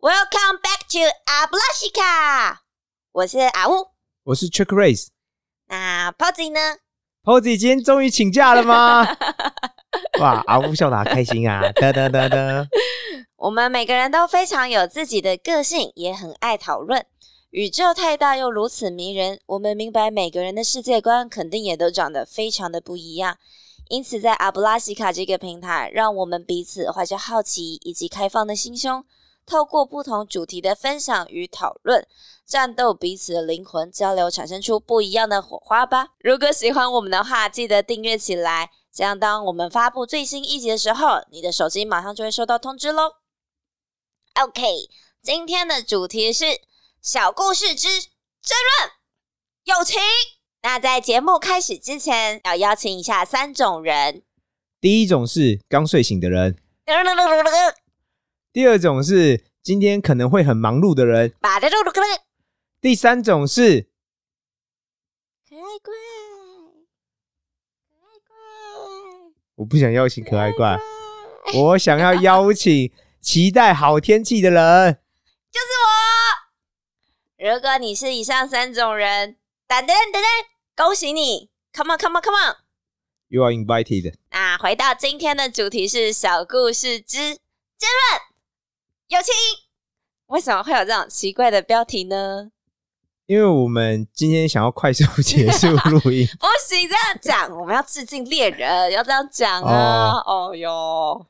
Welcome back to Ablashika，我是阿乌。我是 Trick Race。那 Posy 呢？ Posy 今天终于请假了吗？哇，阿乌笑得好开心啊！哒哒哒哒。我们每个人都非常有自己的个性，也很爱讨论。宇宙太大又如此迷人，我们明白每个人的世界观肯定也都长得非常的不一样。因此，在阿布拉西卡这个平台，让我们彼此怀着好奇以及开放的心胸，透过不同主题的分享与讨论，战斗彼此的灵魂交流，产生出不一样的火花吧。如果喜欢我们的话，记得订阅起来，这样当我们发布最新一集的时候，你的手机马上就会收到通知喽。OK，今天的主题是小故事之争论友情。那在节目开始之前，要邀请一下三种人。第一种是刚睡醒的人，第二种是今天可能会很忙碌的人，把这个开第三种是怪，可我不想邀请可爱爱怪，怪，我想要邀请期待好天气的人。如果你是以上三种人，噔噔噔噔，恭喜你！Come on，Come on，Come on！ You are invited。那回到今天的主题是小故事之争论友情。为什么会有这种奇怪的标题呢？，因为我们今天想要快速结束录音不行，这样讲，我们要致敬猎人，要这样讲啊！哦哟，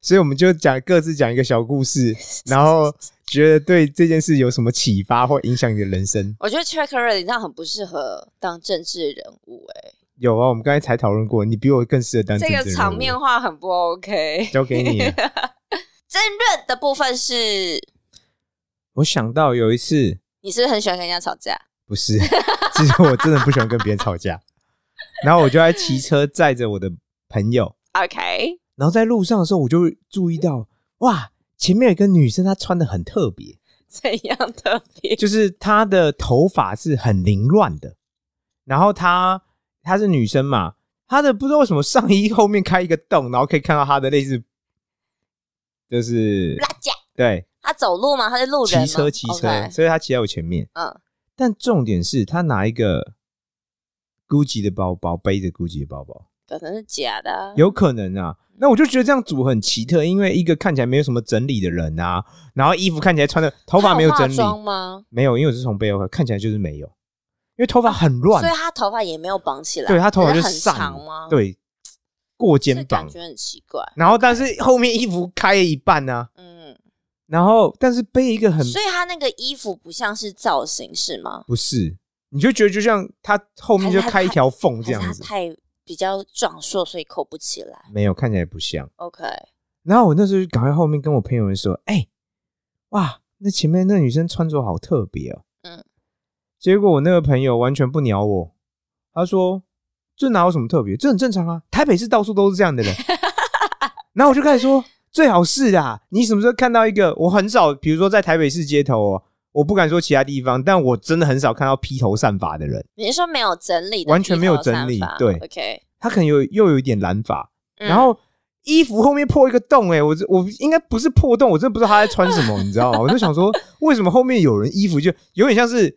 所以我们就讲各自讲一个小故事，然后觉得对这件事有什么启发或影响你的人生。我觉得 Tracker 你这样很不适合当政治人物、欸，有啊，我们刚才才讨论过，你比我更适合当这政治人个物场面话很不 OK。交给你了。 争论的部分是，我想到有一次，你是不是很喜欢跟人家吵架？不是， 其实我真的不喜欢跟别人吵架，然后我就在骑车载着我的朋友， OK， 然后在路上的时候，我就注意到，哇，前面有一个女生，她穿的很特别，怎样特别？就是她的头发是很凌乱的，然后她她是女生嘛，她的不知道为什么上衣后面开一个洞，然后可以看到她的类似，就是 拉架，对他走路吗？他是路人吗骑车骑车， OK 所以她骑在我前面。嗯，但重点是她拿一个 GUCCI 的包包，背着 GUCCI 的包包，可能是假的啊。有可能啊。那我就觉得这样组合很奇特，因为一个看起来没有什么整理的人啊，然后衣服看起来穿的头头发没有整化理，妆吗？没有，因为我是从背后看，看起来就是没有，因为头发很乱，所以他头发也没有绑起来，对他头发就可是散很了长吗？，对，过肩感膀，觉很奇怪。然后但是后面衣服开了一半呢、嗯，然后但是背一个很所以他那个衣服不像是造型是吗？不是，你就觉得就像他后面就还是他开一条还缝这是他样子，太比较壮硕，所以扣不起来没有看起来不像。 ？OK，然后我那时候就赶快后面跟我朋友们说：“哎、哇，那前面那女生穿着好特别哦。”嗯嗯，结果我那个朋友完全不鸟我，他说：“这哪有什么特别？这很正常啊，台北市到处都是这 样的人。”然后我就开始说：“最好是啊，你什么时候看到一个？我很少，比如说在台北市街头哦，我不敢说其他地方，但我真的很少看到披头散发的人。你是说没有整理的披头散发，完全没有整理对，OK，他可能有又有一点染发，嗯然后衣服后面破一个洞、欸，哎，我这我应该不是破洞，我真的不知道他在穿什么，你知道吗？我就想说，为什么后面有人衣服就有点像是，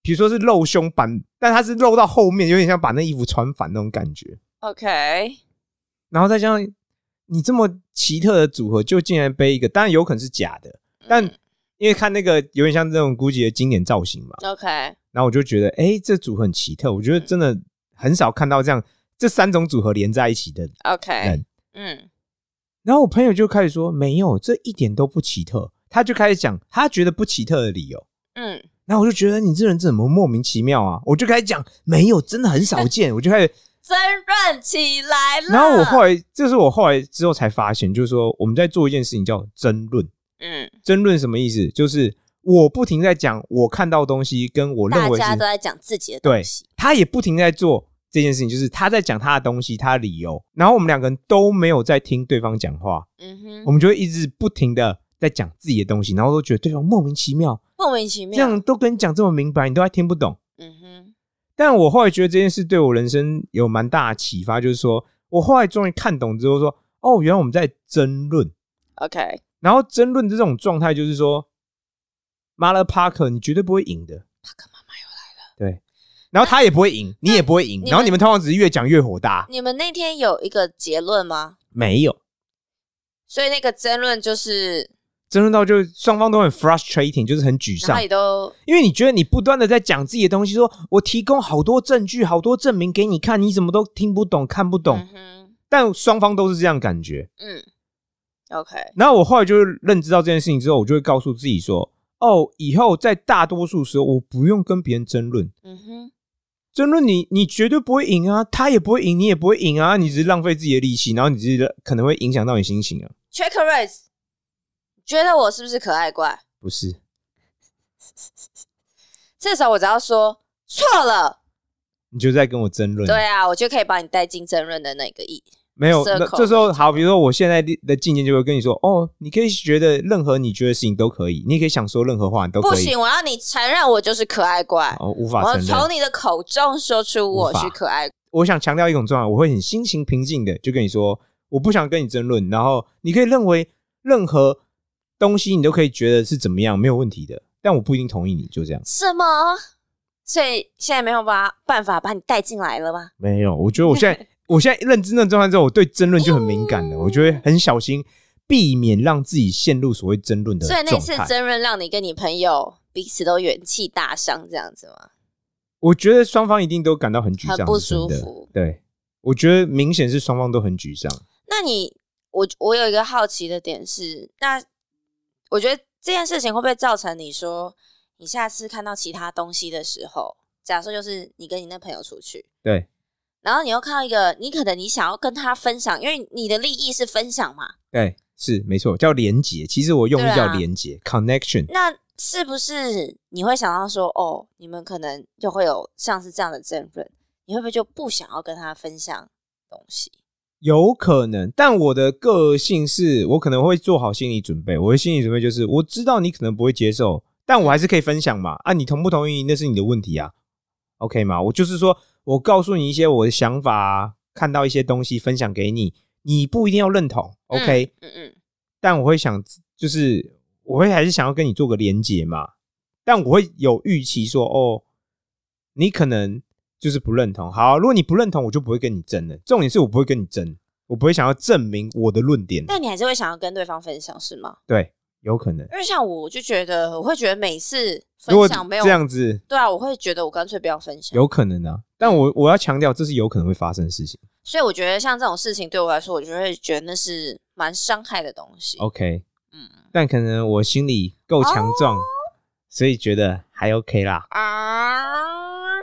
比如说是露胸版，但他是露到后面，有点像把那衣服穿反那种感觉。 OK，然后再加上你这么奇特的组合，就竟然背一个，当然有可能是假的，但嗯因为看那个有点像这种 GUCCI 的经典造型嘛， OK，然后我就觉得，哎、这组合很奇特，我觉得真的很少看到这样这三种组合连在一起的 OK，人嗯，然后我朋友就开始说：“没有，这一点都不奇特。”他就开始讲他觉得不奇特的理由。嗯，然后我就觉得你这人怎么莫名其妙啊！我就开始讲没有，真的很少见。我就 开始，争论起来了。然后我后来，这是我后来之后才发现，就是说我们在做一件事情叫争论。嗯，争论什么意思？就是我不停在讲我看到东西，跟我认大为是家都在讲自己的对东西，，他也不停在做这件事情，就是他在讲他的东西，他的理由。然后我们两个人都没有在听对方讲话，嗯哼我，们就会一直不停的在讲自己的东西，然后都觉得对方莫名其妙，莫名其这妙，样都跟你讲这么明白，你都还听不懂。嗯哼，但我后来觉得这件事对我人生有蛮大的启发，就是说我后来终于看懂之后说，哦，原来我们在争论， OK，然后争论的这种状态就是说，马勒帕克你绝对不会赢的，帕克妈妈又来了。对。然后他也不会赢，你也不会赢，你然后你们嗯们通常只是越讲越火大。你们那天有一个结论吗？没有所以那个争论就是争论到就双方都很 frustrating，就是很沮哪丧里，都因为你觉得你不断的在讲自己的东西说我提供好多证据、好多证明给你看，你怎么都听不懂、看不懂。嗯哼但双方都是这样感觉，嗯，OK，然后我后来就认知到这件事情之后，我就会告诉自己说：哦，以后在大多数时候，我不用跟别人争论，嗯哼，争论你你绝对不会赢啊，他也不会赢，你也不会赢啊，你只是浪费自己的力气，然后你自己可能会影响到你心情啊， Check Race，觉得我是不是可爱怪？不是？这时候我只要说错了，你就在跟我争论，对啊，我就可以把你带进争论的那个意。没有？ circle 那这时候好，比如说我现在的境界就会跟你说：哦，你可以觉得任何你觉得事情都可以，你也可以想说任何话，你都不可以。行，我要你承认我就是可爱怪，哦，无我法要承认从。你的口中说出我是可爱。我想强调一种状态，我会很心情平静的就跟你说，我不想跟你争论，然后你可以认为任何东西你都可以觉得是怎么样，没有问题的，但我不一定同意你，就这样。什么？所以现在没有把办法把你带进来了吗？没有，我觉得我现在我现在认知那状态之后，我对争论就很敏感了，我就会很小心避免让自己陷入所谓争论的所以状那次态。争论让你跟你朋友彼此都元气大伤，这样子吗？我觉得双方一定都感到很沮丧，很不是真的舒服对，我觉得明显是双方都很沮丧。那你，我我有一个好奇的点是，那我觉得这件事情会不会造成你说，你下次看到其他东西的时候，假设就是你跟你那朋友出去，对，然后你又看到一个，你可能你想要跟他分享，因为你的利益是分享嘛，对，是没错，叫连结。其实我用对意啊叫连结、c o n n e c t i o n 那是不是你会想到说，哦，你们可能就会有像是这样的争论，你会不会就不想要跟他分享东西？有可能，但我的个性是我可能会做好心理准备。我的心理准备就是，我知道你可能不会接受，但我还是可以分享嘛。啊，你同不同意那是你的问题啊，OK 吗？我就是说我告诉你一些我的想法、啊，看到一些东西分享给你，你不一定要认同，OK？、嗯嗯但我会想，就是我会还是想要跟你做个连接嘛，但我会有预期说，哦，你可能就是不认同。好，如果你不认同，我就不会跟你争了。重点是我不会跟你争，我不会想要证明我的论点。但你还是会想要跟对方分享，是吗？对，有可能。因为像我，我就觉得我会觉得每次如果分享没有这样子，对啊，我会觉得我干脆不要分享。有可能啊。但嗯我我要强调，这是有可能会发生的事情。所以我觉得像这种事情对我来说，我就会觉得那是蛮伤害的东西。 OK，嗯但可能我心里够强壮，哦所以觉得还 OK 啦。啊，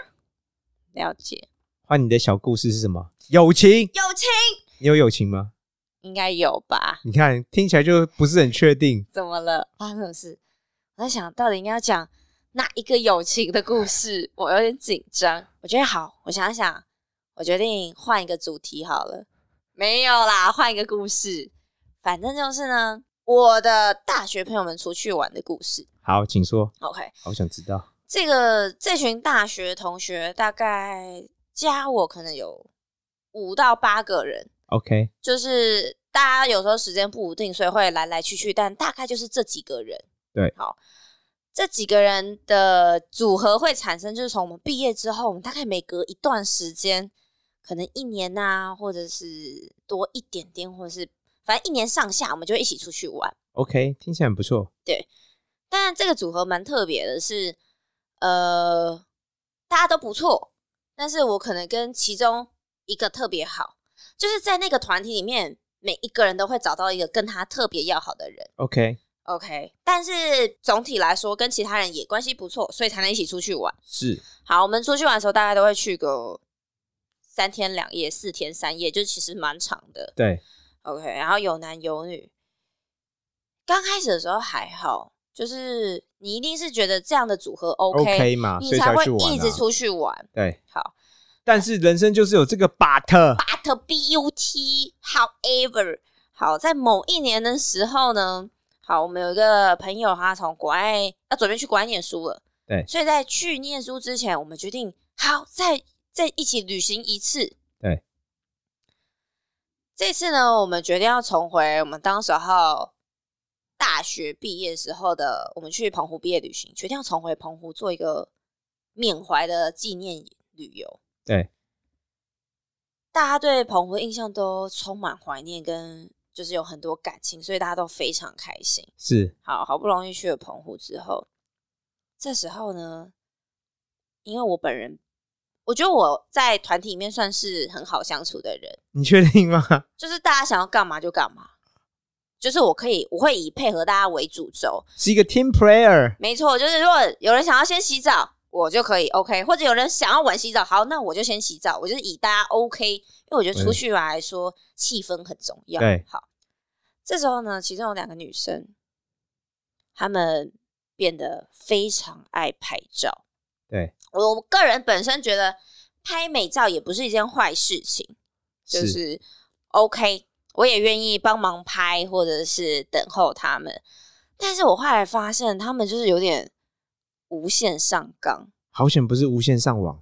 了解，换你的小故事是什么？友情？友情你有友情吗？应该有吧？你看，听起来就不是很确定。怎么了？发生什么事？我在想到底应该要讲哪一个友情的故事，我有点紧张。我觉得好，我想想，我决定换一个主题好了。没有啦，换一个故事。反正就是呢，我的大学朋友们出去玩的故事。好，请说， OK，好想知道。这个这群大学同学大概加我可能有五到八个人， OK，就是大家有时候时间不固定，所以会来来去去，但大概就是这几个人。对好，这几个人的组合会产生，就是从我们毕业之后，我们大概每隔一段时间，可能一年呐、或者是多一点点，或者是反正一年上下，我们就会一起出去玩。 OK，听起来很不错。但这个组合蛮特别的是，呃，大家都不错，但是我可能跟其中一个特别好，就是在那个团体里面，每一个人都会找到一个跟他特别要好的人。 OK， OK，但是总体来说，跟其他人也关系不错，所以才能一起出去玩。是好，我们出去玩的时候，大概都会去个三天两夜、四天三夜，就其实蛮长的。对， OK，然后有男有女。刚开始的时候还好，就是你一定是觉得这样的组合 OK，, OK 嘛你所以才才会去玩一啊直出去玩。对。好但是人生就是有这个 but， ，But but，however，好，在某一年的时候呢，好，我们有一个朋友，他从国外要准备去国外念书了，对所以在去念书之前，我们决定好再再一起旅行一次。对，这次呢，我们决定要重回我们当时候大学毕业时候的，我们去澎湖毕业旅行，决定要重回澎湖做一个缅怀的纪念旅游。对，大家对澎湖的印象都充满怀念，跟就是有很多感情，所以大家都非常开心。是好好不容易去了澎湖之后，这时候呢，因为我本人，我觉得我在团体里面算是很好相处的人，你确定吗？就是大家想要干嘛就干嘛，就是我可以我会以配合大家为主轴，是一个 team player，没错，就是如果有人想要先洗澡，我就可以 OK，或者有人想要晚洗澡，好，那我就先洗澡，我就是以大家 OK，因为我觉得出去玩来说气氛很重要。对好，这时候呢，其中有两个女生，她们变得非常爱拍照。对，我个人本身觉得拍美照也不是一件坏事情，就是是 OK，我也愿意帮忙拍，或者是等候他们。但是我后来发现，他们就是有点无限上纲，好险不是无线上网，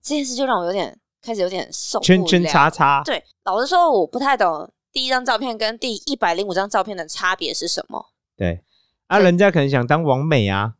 这件事就让我有点开始有点受不了。圈圈叉叉，对，老实说，我不太懂第一张照片跟第一百零五张照片的差别是什么。对，啊，对人家可能想当王美啊，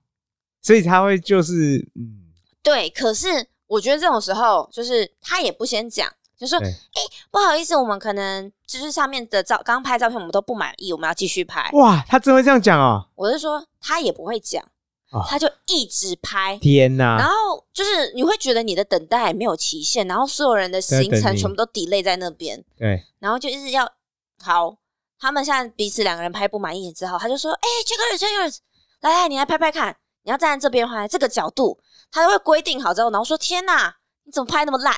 所以他会就是嗯，对，可是我觉得这种时候，就是他也不先讲，就说：“哎、对不好意思，我们可能就是上面的照刚拍照片我们都不满意，我们要继续拍。”哇，他真会这样讲哦，我是说他也不会讲，啊他就一直拍。天哪、然后就是你会觉得你的等待没有期限，然后所有人的行在等程你全部都 delay 在那边，对，然后就一直要好。他们现在彼此两个人拍不满意之后，他就说：“哎、j a c k e r s Jackers，来来，你来拍拍看，你要站在这边的话，这个角度，他都会规定好之后，然后说：天哪，你怎么拍那么烂？”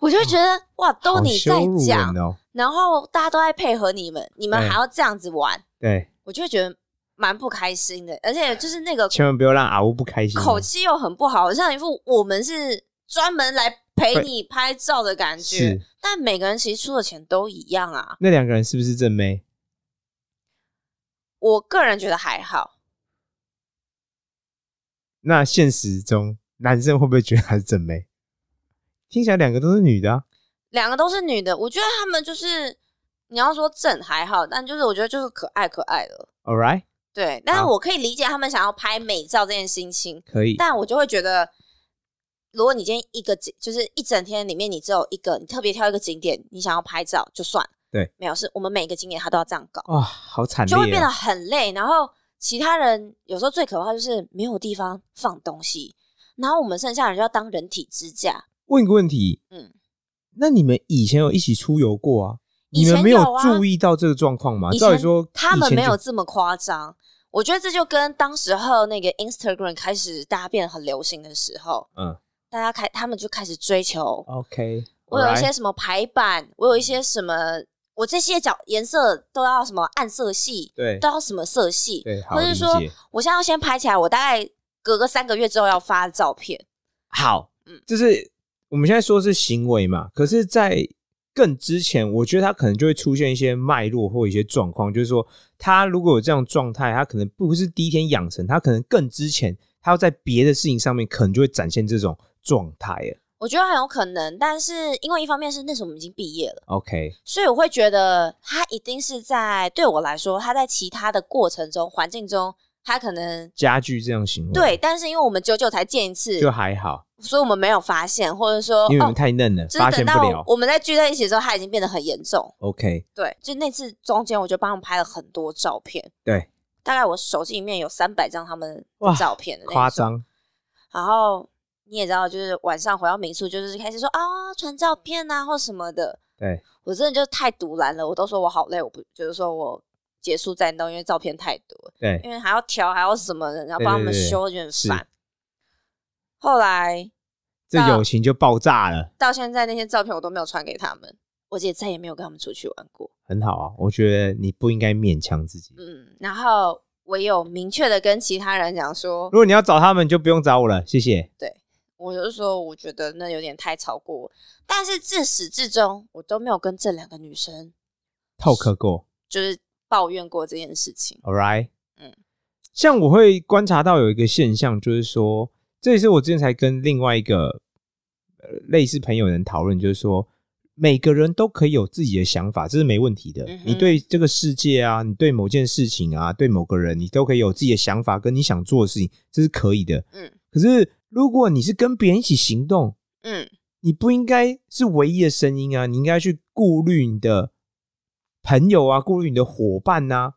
我就会觉得哇，都哦好你在羞辱讲，人哎哦，然后大家都在配合你们，你们对还要这样子玩，对，我就会觉得蛮不开心的，而且就是那个千万不要让阿乌不开心哦，口气又很不好，像一副我们是专门来陪你拍照的感觉是。但每个人其实出的钱都一样啊，那两个人是不是正妹？我个人觉得还好。那现实中男生会不会觉得她是正妹？听起来两个都是女的、啊，两个都是女的，我觉得她们就是你要说正还好，但就是我觉得就是可爱可爱的， All right，对。但是好我可以理解她们想要拍美照这件心情，可以。但我就会觉得，如果你今天一个景，就是一整天里面你只有一个，你特别挑一个景点，你想要拍照就算了。对，没有，是我们每个景点它都要这样搞，哇、好惨烈、就啊，会变得很累。然后其他人有时候最可怕就是没有地方放东西，然后我们剩下的人就要当人体支架。问一个问题，嗯，那你们以前有一起出游过啊？以你前们没有有啊注意到这个状况吗？以啊照理前说，他以们前没就有这么夸张。我觉得这就跟当时候那个 Instagram 开始大家变得很流行的时候，嗯大家开他们就开始追求，OK，我有一 alright 些什么排版，我有一些什么，我这些角颜色都要什么暗色系，对都要什么色系，对，好或者理说解我现在要先拍起来，我大概隔个三个月之后要发照片。好，嗯就是我们现在说是行为嘛，可是，在更之前，我觉得他可能就会出现一些脉络或一些状况，就是说，他如果有这样状态，他可能不是第一天养成，他可能更之前，他要在别的事情上面，可能就会展现这种状态了。我觉得很有可能，但是因为一方面是那时候我们已经毕业了， OK，所以我会觉得他一定是在对我来说，他在其他的过程中、环境中，他可能加剧这样行为，对，，但是因为我们久久才见一次，嗯就还好，所以我们没有发现，或者说因为你们哦，太嫩了，就是发等现不到了。我们在聚在一起的时候，他已经变得很严重。 OK，对，就那次中间，我就帮他们拍了很多照片，对，大概我手机里面有三百张他们哇照片的那一种夸。张，然后你也知道，就是晚上回到民宿，就是开始说啊传照片啊或什么的。对，我真的就太独揽了，我都说我好累，我不就是说我结束战斗，因为照片太多了，对，因为还要调，还要什么的，然后帮他们对对对修，有点是烦。后来这那友情就爆炸了，到现在，那些照片我都没有传给他们，我姐再也没有跟他们出去玩过。很好啊，我觉得你不应该勉强自己。嗯，然后我有明确的跟其他人讲说如，果你要找他们，就不用找我了，谢谢。我有时候我觉得那有点太超过我，但是自始至终我都没有跟这两个女生套壳过就是抱怨过这件事情。 ，All right。嗯嗯，像我会观察到有一个现象，就是说，这也是我之前才跟另外一个呃类似朋友人讨论，就是说，每个人都可以有自己的想法，这是没问题的。嗯哼你对这个世界啊，你对某件事情啊，对某个人，你都可以有自己的想法，跟你想做的事情，这是可以的。嗯可是如果你是跟别人一起行动，嗯你不应该是唯一的声音啊，你应该去顾虑你的朋友啊，顾虑你的伙伴啊呐、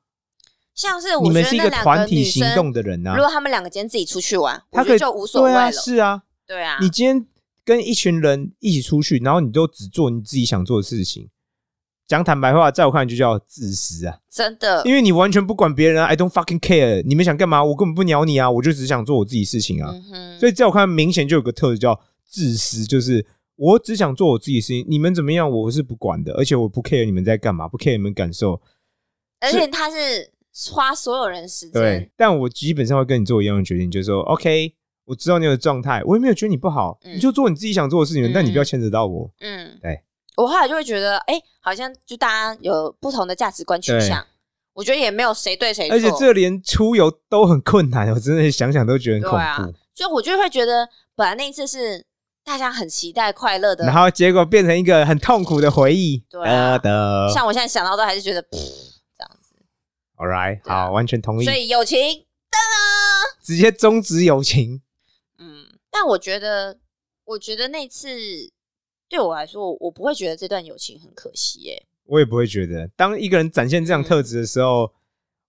像是你我觉们得是一那个两团体女行生，动的人呐、如果他们两个今天自己出去玩，我他觉可得以就无所谓对啊，了。是啊，对啊，你今天跟一群人一起出去，然后你都只做你自己想做的事情。讲坦白话，在我看来就叫自私啊，真的因为你完全不管别人啊，I don't fucking care，你们想干嘛，我根本不鸟你啊，我就只想做我自己事情啊。嗯哼，所以在我看来，明显就有个特质叫自私，就是我只想做我自己的事情，你们怎么样我是不管的，而且我不 care 你们在干嘛，不 care 你们感受。而且他是花所有人时间，，但我基本上会跟你做一样的决定，就是说，OK，我知道你的状态，我也没有觉得你不好，嗯你就做你自己想做的事情，嗯但你不要牵扯到我。嗯，对。我后来就会觉得，哎、好像就大家有不同的价值观取向，我觉得也没有谁对谁错，而且这连出游都很困难，我真的想想都觉得很对啊恐怖。就我就会觉得，本来那一次是大家很期待快乐的然，后结果变成一个很痛苦的回忆。对啊的像我现在想到都还是觉得，噗 a l right，对啊好，完全同意所，以友情，直接终止友情。嗯，但我觉得，我觉得那次对我来说，我不会觉得这段友情很可惜、耶。我也不会觉得，当一个人展现这样嗯特质的时候，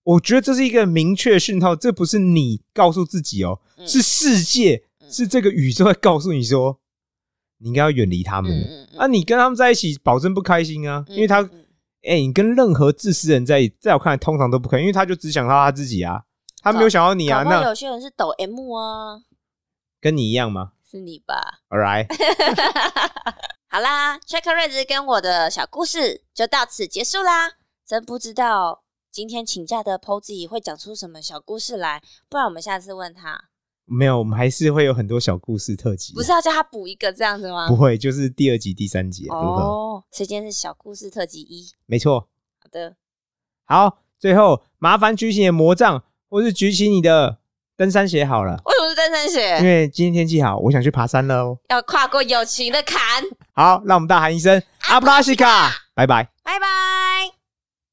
我觉得这是一个明确讯号，这不是你告诉自己哦，嗯是世界，嗯是这个宇宙在告诉你说，你应该要远离他们。嗯嗯啊，你跟他们在一起，保证不开心啊，嗯因为他，嗯哎、你跟任何自私人在一起，在我看来通常都不可能，因为他就只想到他自己啊，他没有想到你啊，搞不好那有些人是抖 M 啊，跟你一样吗是你吧？ ？All right， 好啦，Check 瑞子跟我的小故事就到此结束啦。真不知道今天请假的 Posy 会讲出什么小故事来，不然我们下次问他，没有，我们还是会有很多小故事特辑，啊不是要叫他补一个这样子吗不？会，就是第二集、第三集啊如何？哦，所以今天是小故事特辑一。没错。好的，好，最后麻烦举起你的魔杖，或是举起你的登山鞋好了，为什么哎是登山因鞋？为今天天气好，我想去爬山了哦。要跨过友情的坎。好，让我们大喊一声阿布拉西卡，拜拜。拜拜。